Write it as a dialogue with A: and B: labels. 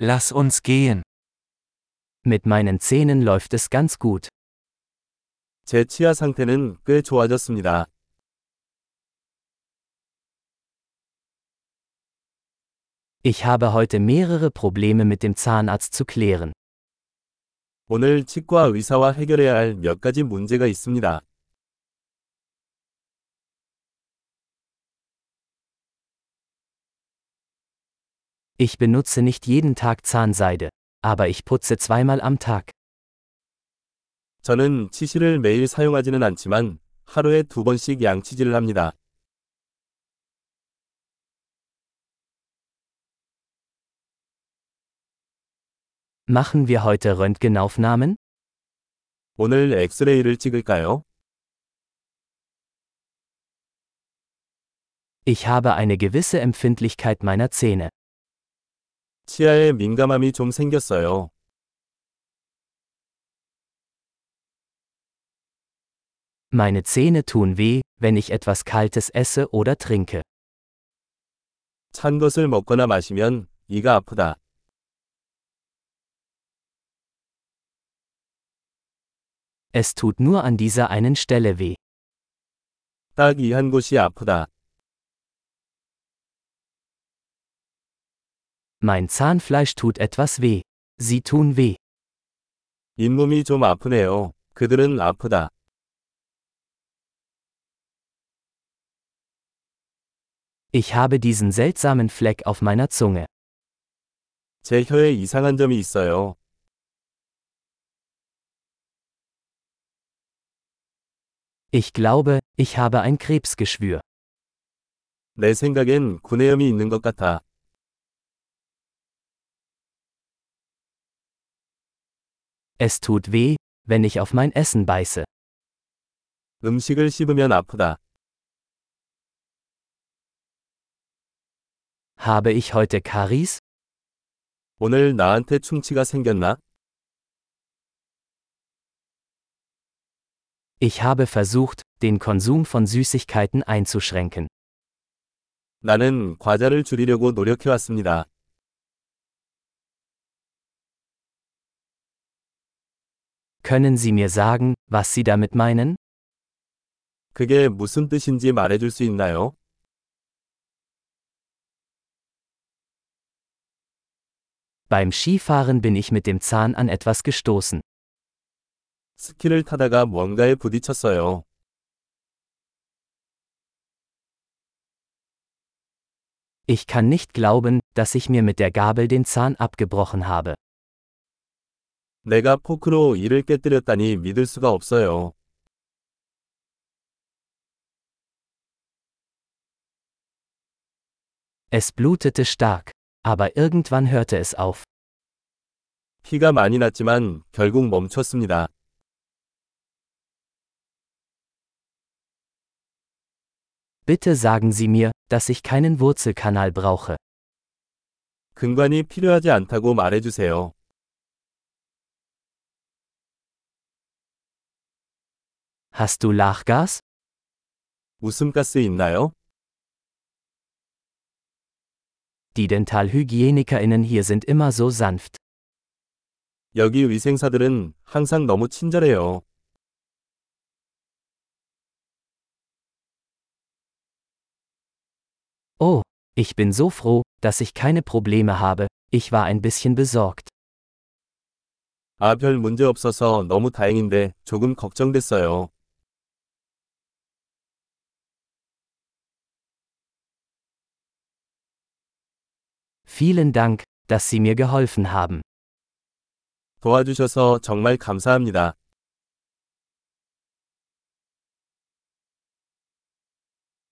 A: Lass uns gehen.
B: Mit meinen Zähnen läuft es ganz gut.
C: 제 치아 상태는 꽤 좋아졌습니다.
B: Ich habe heute mehrere Probleme mit dem Zahnarzt zu klären.
C: 오늘 치과 의사와 해결해야 할 몇 가지 문제가 있습니다.
B: Ich benutze nicht jeden Tag Zahnseide, aber ich putze zweimal am Tag.
C: 저는 치실을 매일 사용하지는 않지만 하루에 두 번씩 양치질을 합니다.
B: Machen wir heute Röntgenaufnahmen?
C: 오늘 엑스레이를 찍을까요?
B: Ich habe eine gewisse Empfindlichkeit meiner Zähne.
C: 치아에 민감함이 좀 생겼어요.
B: Meine Zähne tun weh, wenn ich etwas Kaltes esse oder trinke.
C: 찬 것을 먹거나 마시면 이가 아프다.
B: Es tut nur an dieser einen Stelle weh.
C: 딱 이 한 곳이 아프다.
B: Mein Zahnfleisch tut etwas weh. Sie tun weh.
C: 잇몸이 좀 아프네요. 그들은 아프다.
B: Ich habe diesen seltsamen Fleck auf meiner Zunge.
C: 제 혀에 이상한 점이 있어요.
B: Ich glaube, ich habe ein Krebsgeschwür.
C: 내 생각엔 구내염이 있는 것 같아.
B: Es tut weh, wenn ich auf mein Essen beiße.
C: 음식을 씹으면 아프다.
B: Habe ich heute Karies?
C: 오늘 나한테 충치가 생겼나?
B: Ich habe versucht, den Konsum von Süßigkeiten einzuschränken.
C: 나는 과자를 줄이려고 노력해왔습니다.
B: Können Sie mir sagen, was Sie damit meinen?
C: 그게 무슨 뜻인지 말해줄 수 있나요?
B: Beim Skifahren bin ich mit dem Zahn an etwas gestoßen.
C: 스키를 타다가 뭔가에 부딪혔어요.
B: Ich kann nicht glauben, dass ich mir mit der Gabel den Zahn abgebrochen habe.
C: 내가 포크로 이를 깨뜨렸다니 믿을 수가 없어요.
B: Es blutete stark, aber irgendwann hörte es auf.
C: 피가 많이 났지만 결국 멈췄습니다.
B: Bitte sagen Sie mir, dass ich keinen Wurzelkanal brauche.
C: 근관이 필요하지 않다고 말해주세요.
B: Hast du Lachgas?
C: 웃음가스 있나요?
B: Die Dentalhygienikerinnen hier sind immer so sanft.
C: 여기 위생사들은 항상 너무 친절해요.
B: Oh, ich bin so froh, dass ich keine Probleme habe, ich war ein bisschen besorgt.
C: 아, 별 문제 없어서 너무 다행인데 조금 걱정됐어요.
B: Vielen Dank, dass Sie mir geholfen haben.
C: 도와주셔서 정말 감사합니다.